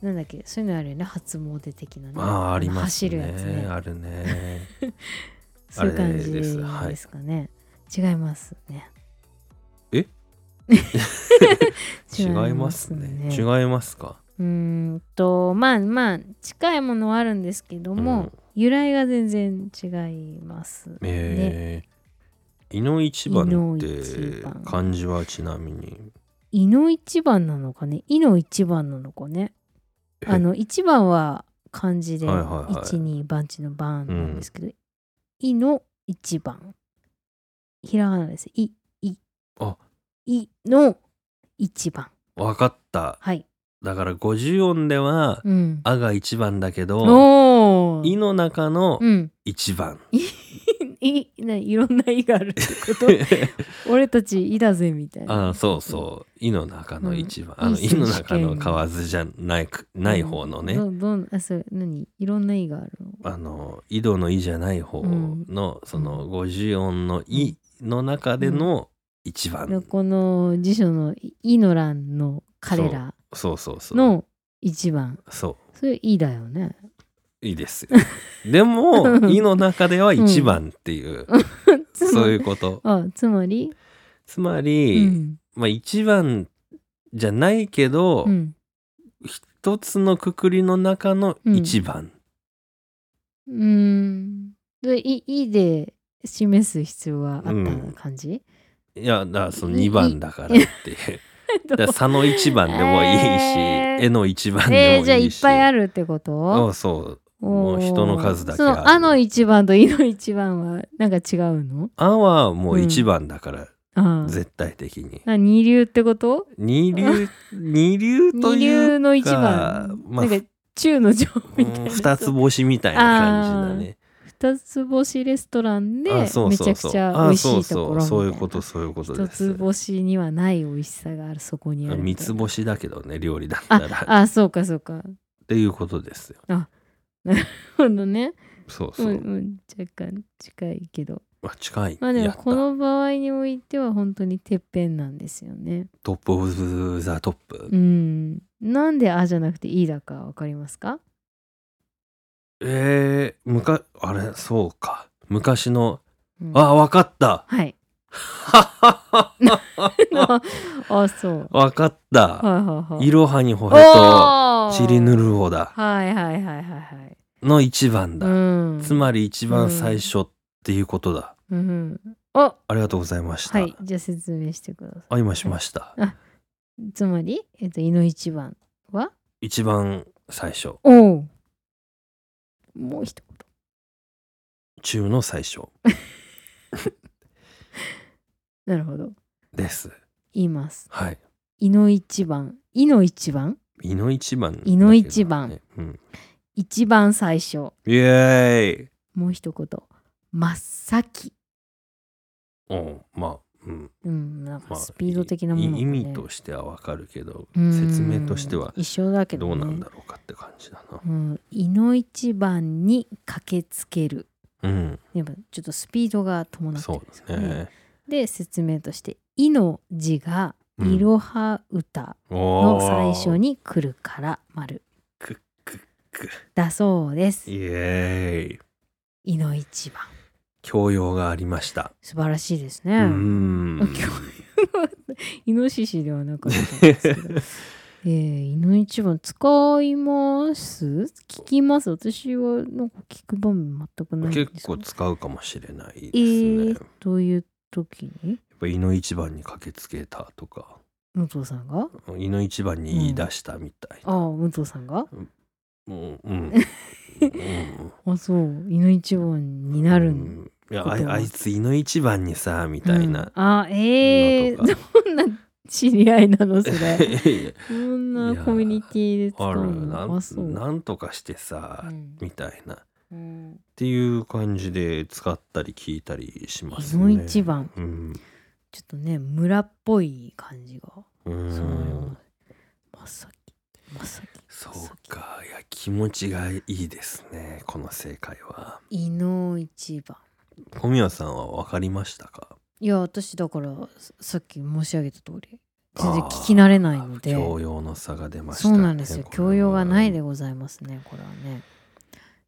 B: なんだっけそういうのあるよね初詣的なね
A: まああります
B: 走る
A: ね
B: やつね
A: あるね
B: そういう感じ
A: あれですはい
B: ですかね。違いますね。
A: え 違いますね違いますか
B: うーんとまあまあ近いものはあるんですけども、
A: うん
B: 由来が全然違います、ね。
A: えー、胃の一番っ
B: 胃の一
A: て
B: 番
A: 漢字はちなみに
B: 胃の一番なのかね胃の一番なのかね。
A: え
B: あの一番は漢字で
A: はいはいはい
B: 一二番地の番なんですけど、胃の一番ひらがなです。いい
A: あ
B: 胃の一番
A: わかった
B: はい。
A: だから50音では
B: うん
A: 「あ」が一番だけど
B: お
A: 「い」
B: ー
A: の中の
B: うん
A: 一番、
B: いないろんな「い」があるってこと 俺たち「い」だぜみたいな
A: ああそうそう「い」の中の一番、
B: うん
A: あの「
B: いい
A: い」
B: 選手権
A: の中の蛙じゃないくない方のね、
B: どどんあそう何いろんな「い」があるの
A: あの井戸の「井」じゃない方の、その50音の「い」の中での一番、
B: でこの辞書の「い」の欄の彼ら
A: そうそうそう
B: の一番
A: そ
B: それ「い」だよね
A: ういいですよでも「い」の中では一番っていう、
B: つま
A: そういうこと
B: あつまり、
A: つま
B: う
A: り、
B: ん
A: まあ一番じゃないけど、
B: うん
A: 一つのくくりの中の一番、
B: うーんで「い」いで示す必要はあった感 じ、
A: いやだからその2番だからっていうだから差の一番でもいいし、
B: えー
A: 絵の一番でもいいし、
B: えー、じゃあいっぱいあ
A: る
B: るってこと
A: そうそうもう人の数だけ
B: そ
A: ある
B: の「あ」の一番と「い」の一番はなんか違うの
A: 「あ」はもう一番だから、
B: ああ
A: 絶対的に
B: あ二流ってこと
A: 二流 二流と
B: 二
A: いう
B: 流の一
A: か
B: 番、
A: まあ
B: なんか中の上
A: う
B: みたい
A: ん
B: な
A: 二つ星みたいな感じだね
B: 二つ星レストランで
A: あ
B: めち
A: そうそ
B: ゃ
A: う
B: く
A: そう
B: ちゃ美味しいところみたい
A: あ
B: な
A: そうそうそういうことそういうこと
B: 一
A: です
B: つ星にはない美味しさがあるそこにあるみたい
A: 三
B: な
A: つ星だけどね料理だった
B: あ
A: らっ
B: あそうかそうか
A: ていうことですよ
B: ほんとね
A: そう
B: う
A: そう、
B: んうん若干近いけど
A: あ近い、
B: まあで
A: や
B: も
A: った
B: この場合においては本当にてっぺんなんですよね
A: トップオブザトップ、
B: うんなんで「あ」じゃなくて「い」だかわかりますか
A: えー、むかあれそうか昔の、
B: うん
A: あわかった
B: はい
A: わ
B: ああ そう
A: かった
B: はいはいはい
A: いろはにほへと
B: おー
A: ちりぬるをだ
B: はいはいはいはいはい
A: の一番だ、
B: うん
A: つまり一番最初っていうことだ、
B: うんお
A: ありがとうございました、
B: はいじゃあ説明してくださ
A: あ今しました、
B: いつまりえっと「い」の一番は
A: 一番最初
B: おうもう一言
A: 中の最初
B: なるほど
A: です
B: 言います
A: はい
B: 「い」の一番「い」の一番
A: 胃の一番だけどね、
B: 胃の一番
A: うん、
B: 一番最初
A: イエ
B: もう一言「真っ先」
A: ーイうんまあうん
B: うん、なんか
A: まあ
B: スピード的なもの、ね
A: い意味としてはわかるけど
B: うん
A: 説明としては
B: 一緒だけど、
A: ど
B: ね、
A: うなんだろうかって感じだな
B: うん、胃の一番に駆けつける
A: うん
B: やっぱちょっとスピードが伴ってる
A: そ
B: んです
A: う
B: よ
A: だ
B: ね
A: ね
B: で説明として「い」の字が「
A: うん
B: いろは歌
A: お
B: の
A: ー
B: 最初に来るから丸
A: くっくっく
B: だそうです
A: イエーイ
B: 「い」の一番
A: 教養がありました
B: 素晴らしいです
A: う
B: ね、
A: ん
B: 教養 イノシシではなかったん ですけどえー、イノ一番使います聞きます私はなんか聞く場面全くないんです
A: 結構使うかもしれないですね
B: えーどういう時に
A: やっぱ胃の一番に駆けつけたとか
B: 武藤さんが
A: 胃の一番に言い出したみたい
B: ああ武藤さんが
A: うんうん うん
B: あそう胃の一番になる
A: う
B: み
A: んいや
B: こ
A: あ
B: とは
A: あいつ胃の一番にさみたいな、
B: あええ
A: のと
B: ー、 どんな知り合いなのそ れそん
A: い
B: な
A: や
B: コミュニティで使
A: あ
B: う
A: るな
B: の
A: ん
B: あそう
A: なんとかしてさ、
B: うん
A: みたいなっ
B: うん
A: ていう感じで使ったり聞いたりします
B: 胃
A: ね。
B: の一番
A: うん、
B: ちょっとね村っぽい感じが
A: う
B: そのようんな真っ先真っ先
A: そうかいや気持ちがいいですねこの正解は。
B: 胃の一番
A: 小宮さんは分かりましたか
B: いや私だからささっき申し上げた通り全然聞き慣れないので
A: 教養の差が出ました
B: そ
A: ね、
B: うなんですよ
A: これは
B: 教養がないで。ございますねこれはね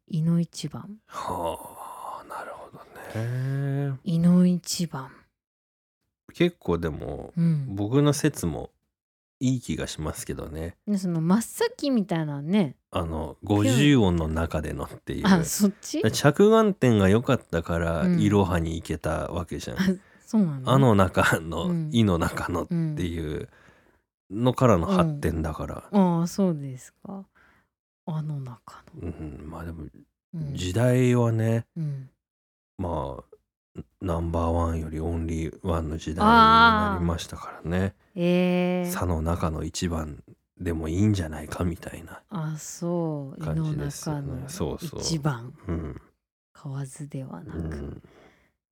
B: 胃の一番
A: はあなるほどね。
B: 胃の一番
A: 結構でも
B: うん
A: 僕の説もいい気がしますけどね
B: でその真っ先みたいなね
A: あの50音の中でのっていう。
B: あそっち
A: だから着眼点が良かったから
B: う
A: 「
B: ん
A: いろは」に行けたわけじゃん。
B: そうなんだ
A: あの中の「
B: うん
A: い」の中のって
B: うん
A: いうのからの発展だから、
B: ああそうですかあの中の
A: うんまあでも
B: うん
A: 時代はね
B: うん
A: まあナンバーワンよりオンリーワンの時代になりましたからね
B: えー
A: 差の中の一番でもいいんじゃないかみたいな、
B: あそう胃
A: 感
B: の
A: じですよ
B: 中
A: ね
B: の
A: そうそう
B: 一番
A: うん
B: 河津ではな
A: う
B: く
A: ん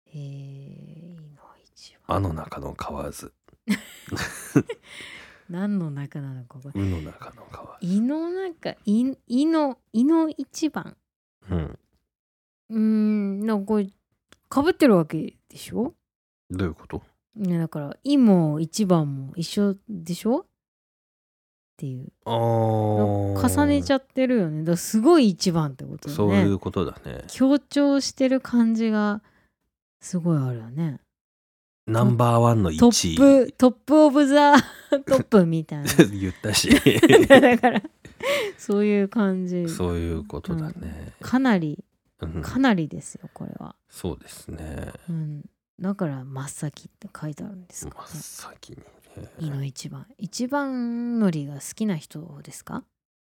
B: えー、いいの一番
A: あの中の河津
B: 何の中なのかこれ
A: うの中の河
B: 胃の中胃胃の胃の一番
A: うん
B: うーんなんかこれかぶってるわけでしょ
A: どういうこと
B: いやだから「い」も「一番」も一緒でしょっていう
A: あ
B: 重ねち
A: ゃ
B: ゃってるよねだからすごい一番ってこと
A: そ
B: よ
A: う
B: ね
A: いうことだね
B: 強調してる感じがすごいあるよね
A: ナンバーワンの
B: トッ
A: 1位
B: プトップオブザ トップみ たい
A: 言ったし
B: なだからそう いう感じ
A: そういうことだね、
B: かなり
A: うん
B: かなりですよこれは、
A: そうですね
B: うん、だから「真っ先」って書いてあるんです
A: 真っ
B: かね
A: 先に
B: 胃
A: ね
B: の一番一番乗りが好きな人ですか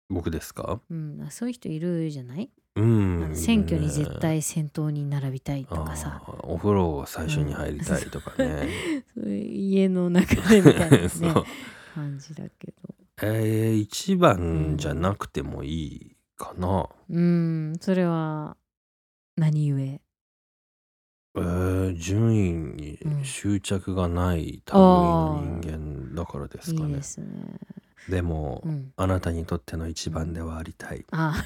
A: 僕ですか
B: うん、あそういう人いるじゃない、
A: うん
B: あの選挙に絶
A: いるね
B: 対先頭に並びたいとかさ
A: あーお風呂を最初に入りたいとかね、
B: そういう家の中で みたいな、ね、
A: そう
B: 感じだけど
A: えー、一番じゃなくてもいいかな、
B: うんそれは何故
A: えー、順位に
B: うん
A: 執着がない類の人間だからですか
B: いい
A: ねで
B: ですね、
A: も、
B: うん、
A: あなたにとっての一番ではありたい
B: あ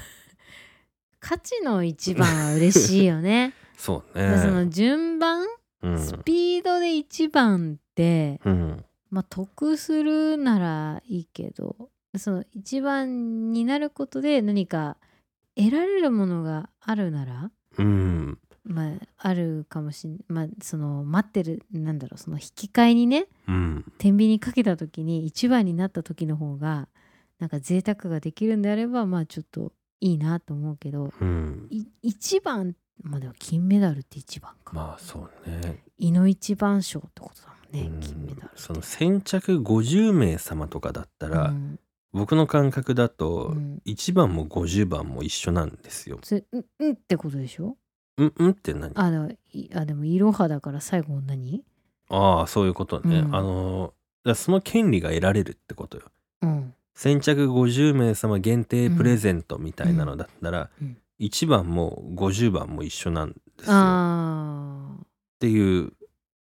B: 価値の一番は嬉しいよね
A: そう
B: だからその
A: ね
B: 順番、
A: うん
B: スピードで一番って
A: うん
B: まあ得するならいいけどその一番になることで何か得られるものがあるなら
A: うん
B: まあ、あるかもしんまあその待ってるなんだろうその引き換えにね
A: うん
B: 天秤にかけた時に一番になった時の方がなんか贅沢ができるんであればまあちょっといいなと思うけど
A: うん
B: い一番まあでも金メダルって一番か、
A: まあそうね
B: 胃の一番賞ってことだもんね、
A: うん
B: 金メダルって
A: その先着50名様とかだったら、
B: うん
A: 僕の感覚だ
B: う
A: と
B: ん
A: 1番も50番も一緒なんですよ。
B: それうんうんってことでしょ
A: うんうんって何
B: あだからいあでもいろはだから最後何
A: ああそういうことね。
B: うん
A: あのーだからその権利が得られるってことよ。
B: うん
A: 先着50名様限定プレゼントみたいなのだったら、
B: うんうん
A: 1番も50番も一緒なんですよっ
B: あ
A: ていう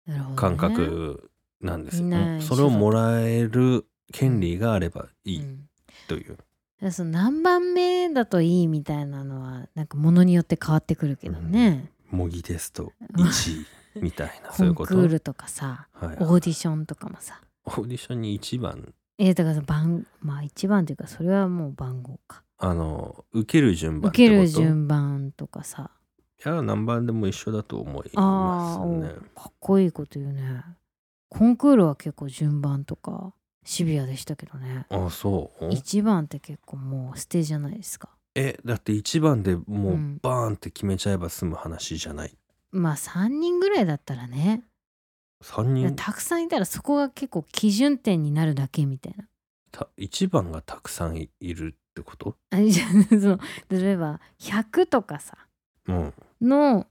B: あなるほど、ね、
A: 感覚なんですよ、
B: みんな
A: うん
B: 一緒
A: そ
B: だ
A: れをもらえる権利があればいい
B: うん
A: という、
B: だからその何番目だといいみたいなのはなんかものによって変わってくるけどね、
A: 模擬テスト1位みたい なそういう
B: コン
A: こと。
B: クールとかさ
A: はい
B: オーディションとかもさ
A: オーディションに1番
B: えー、だからその番まあ一番というかそれはもう番号か
A: あの受ける順番
B: 受
A: って
B: け
A: こと
B: る順番とかさ
A: いや何番でも一緒だと思い
B: あ
A: ます
B: あ
A: ね
B: ーおかっこいいこと言うねコンクールは結構順番とかシビアでしたけどね
A: ああそう
B: 一番って結構もう捨てじゃないですか
A: えだって1番でもううんバーンって決めちゃえば済む話じゃない
B: まあ3人ぐらいだったらね
A: 3
B: だから
A: 人
B: たくさんいたらそこが結構基準点になるだけみたいな
A: た1番がたくさんいいるってこと
B: あじゃあその例えば100とかさ
A: うん
B: の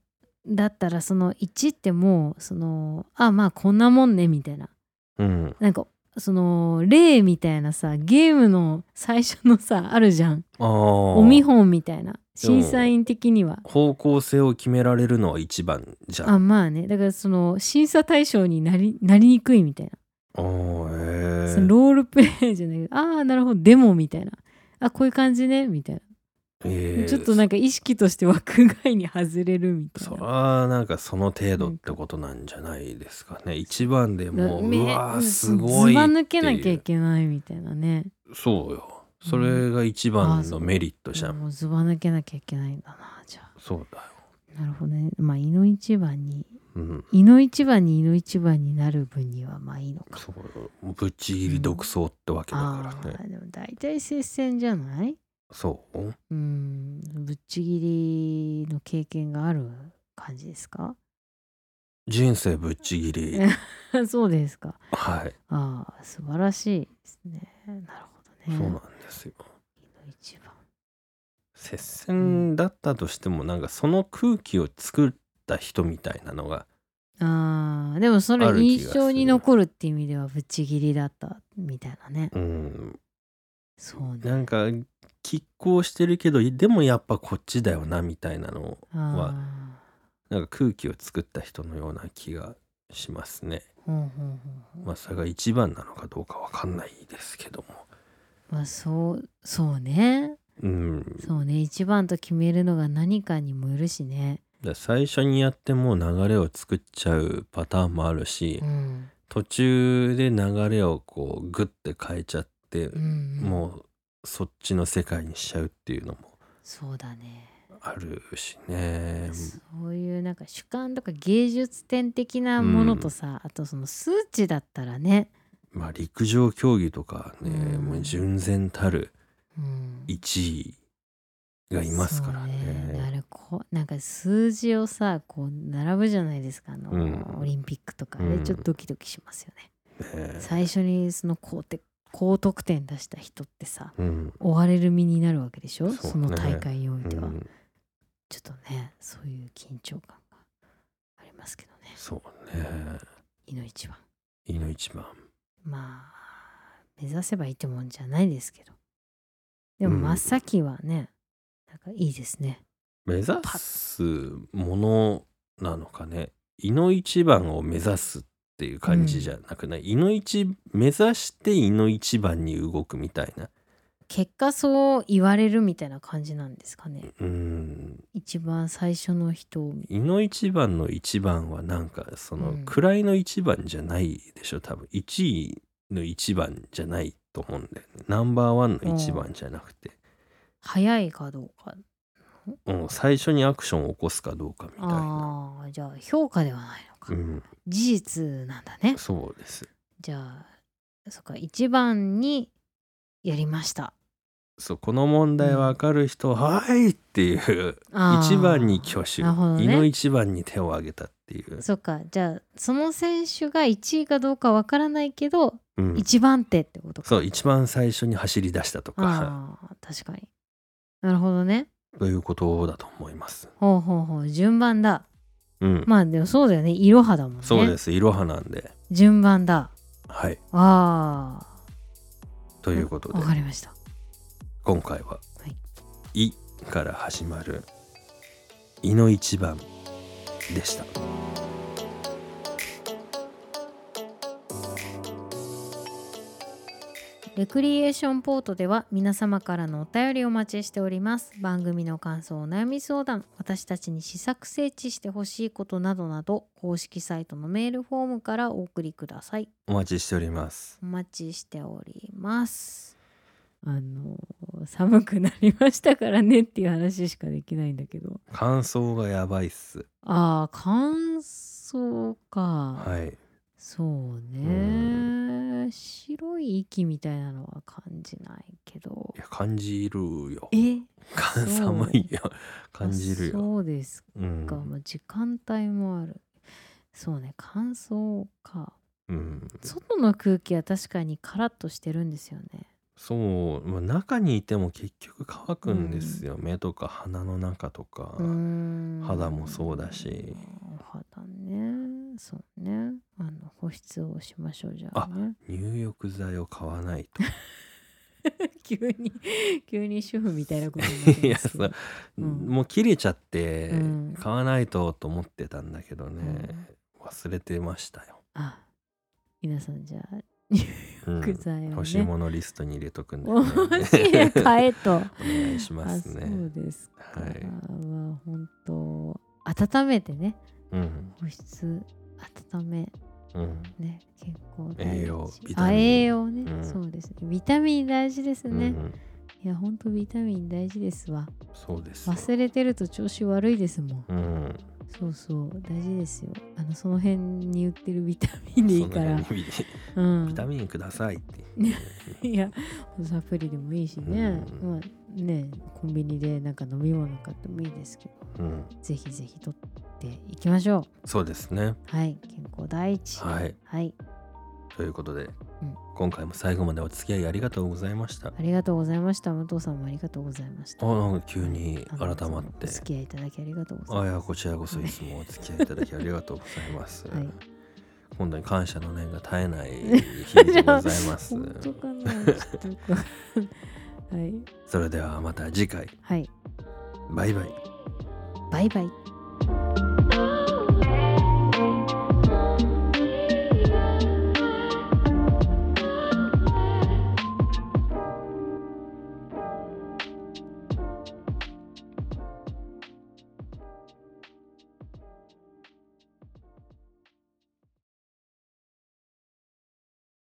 B: だったらその1ってもうそのあまあこんなもんねみたいな
A: うん
B: なんかその例みたいなさゲームの最初のさあるじゃん
A: ああ
B: お見本みたいな審査員的には。
A: 方向性を決められるのは1番じゃん
B: あまあねだからその審査対象になりなりにくいみたいな、
A: あーへえ
B: そのロールプレイじゃないけどああなるほどでもみたいなあこういう感じねみたいな、
A: えー
B: ちょっとなんか意識として枠外に外れるみたい
A: そ
B: な
A: れはなんかその程度ってことなんじゃないですかね一番でもう
B: め
A: うわーすごい
B: ずば
A: っていう
B: 抜けなきゃいけないみたいなね
A: そうよそれが一番のメリットじゃん、
B: もうずば抜けなきゃいけないんだなじゃ
A: そうだよ、
B: あなるほどねまあ胃の一番に
A: うん、
B: 胃の一番に胃の一番になる分にはまあいいのか
A: そうよもうぶっちぎり独走ってわけだ
B: あ
A: からね、
B: ーでも大体接戦じゃない
A: そう
B: うんぶっちぎりの経験がある感じですか
A: 人生ぶっちぎり
B: そうですか
A: はい、
B: ああ素晴らしいですねなるほどね
A: そうなんですよ
B: 胃の一番
A: 接戦だったとしてもなんかその空気を作った人みたいなのが
B: あーでもそれ
A: ある気がす
B: 印
A: る
B: 象に残るっていう意味ではぶっちぎりだったみたいなね
A: うん
B: そうね
A: なんか拮抗してるけどでもやっぱこっちだよなみたいなのを
B: あ
A: なんか空気を作った人のような気がしますね。
B: うんうんうんうん
A: まあそれが一番なのかどうかわかんないですけども。
B: まあそうそうね
A: うん、
B: そうね一番と決めるのが何かにもよるしね
A: だ最初にやってもう流れを作っちゃうパターンもあるし、
B: うん
A: 途中で流れをこうグッて変えちゃって
B: う、んうん
A: もうそっちの世界にしちゃうっていうのも
B: そうだね
A: あるしね。
B: そういうなんか主観とか芸術点的なものとさ、あとその数値だったらね、
A: まあ陸上競技とかね、
B: うん
A: もう純然たる
B: うん、
A: 1位がいますか
B: そ
A: ら
B: うあ
A: ね。
B: れこうなんか数字をさこう並ぶじゃないですかあの、
A: うん
B: オリンピックとかあ
A: う
B: れ
A: ん
B: ちょっとドキドキしますよね、
A: ね
B: 最初にその高て高得点出した人ってさ
A: うん
B: 追われる身になるわけでしょ
A: そ
B: そ,、
A: うね
B: の大会においうては、
A: ん
B: ちょっとねそういう緊張感がありますけどね
A: そうね。
B: いの一番
A: いの一番。
B: まあ目指せばいいってもんじゃないですけどでも
A: うん
B: 真っ先はね、なんかいいですね
A: 目指すものなのかね。いの一番を目指すっていう感じじゃなくない。いの一、目指していの一番に動くみたいな。
B: 結果そう言われるみたいな感じなんですかね、
A: うん。
B: 一番最初の人を見
A: いの一番の一番はなんかその
B: うん
A: 位の一番じゃないでしょ多分1位の一番じゃないと思うんだよねナンバーワンの一番じゃなくて、
B: 早いかどうか
A: うん、最初にアクションを起こすかどうかみたいな、
B: ああじゃあ評価ではないのか、
A: うん、
B: 事実なんだね
A: そうです
B: じゃあそっか一番にやりました
A: そうこの問題わかる人、はいっていう
B: あー
A: 一番に挙手、
B: なるほどね
A: いの一番に手を挙げたっていう、
B: そっかじゃあその選手が1位かどうかわからないけど、
A: うん、
B: 一番手ってことか
A: そう一番最初に走り出したとか
B: ああ確かになるほどね
A: ということだと思います、
B: ほうほうほう順番だ
A: うん
B: まあでもそうだよねいろはだもんね
A: そうですいろはなんで
B: 順番だ
A: はい
B: ああ
A: ということで
B: わかりました
A: 今回は
B: はい
A: 「い」から始まる「いの一番」でした
B: レクリエーションポートでは皆様からのお便りをお待ちしております。番組の感想、お悩み相談、私たちに試作整地してほしいことなどなど、公式サイトのメールフォームからお送りください。
A: お待ちしております
B: お待ちしております。あの寒くなりましたからねっていう話しかできないんだけど
A: 感想がやばいっす
B: ああ感想か、
A: はい
B: そう
A: う
B: ね白い息みたいなのは感じないけど
A: いや感じるよ
B: え
A: か
B: そう
A: 寒いよ感じる
B: あ
A: よ
B: そうです
A: う
B: か、
A: ん、
B: まあ時間帯もあるそうね乾燥か
A: うん、
B: 外の空気は確かにカラッとしてるんですよね
A: そう、まあ、中にいても結局乾くんですよ、目とか鼻の中とか、
B: うーん
A: 肌もそうだし
B: お肌ねそうねあの保湿をしましょうじゃあね
A: 入浴剤を買わないと
B: 急に急に主婦みたいなことになって
A: い
B: ま
A: や
B: すけ
A: そ
B: ど
A: う、
B: うん
A: もう切れちゃって
B: うん
A: 買わないとと思ってたんだけどね、
B: うん
A: 忘れてましたよ、
B: あ皆さんじゃあ
A: うん
B: 具材をね
A: 欲しいものリストに入れとくんで、ね、
B: おしいで買えと
A: お願いします
B: あそ
A: ね
B: うですか、
A: はい
B: まあ本当温めてね
A: うん
B: 保湿温め
A: うん
B: ね健康
A: 栄養ビタミン
B: あ栄養ね、
A: うん
B: そうですねビタミン大事です
A: うんう
B: ね、
A: ん
B: いやほんとビタミン大事ですわ
A: そうですよ
B: 忘れてると調子悪いですもん
A: うん
B: そうそう大事ですよあのその辺に売ってるビタミンでいいから
A: その辺にビ
B: うん
A: ビタミンくださいって
B: いやサプリでもいいしね、
A: うん
B: まあねコンビニでなんか飲み物買ってもいいですけど
A: うん
B: ぜひぜひ取っていきましょ
A: そうですね
B: うはい健康第一
A: はい
B: はい、
A: ということで、
B: ん
A: 今回も最後までお付き合いありがとうございました
B: ありがとうございました武藤さんもありがとうございました
A: あなんか急に
B: あの
A: 改まっ
B: お
A: て
B: 付き合いいただきありがとうござい
A: あ
B: ま
A: い
B: す
A: やこちらこそいつもお付き合いいただきありがとうございます。
B: はい
A: 本当に感謝の念が絶えない日でございます。
B: 本当かなちょっとよくわかんない はい、
A: それではまた次回
B: はい、
A: バイバイ。
B: バイバイ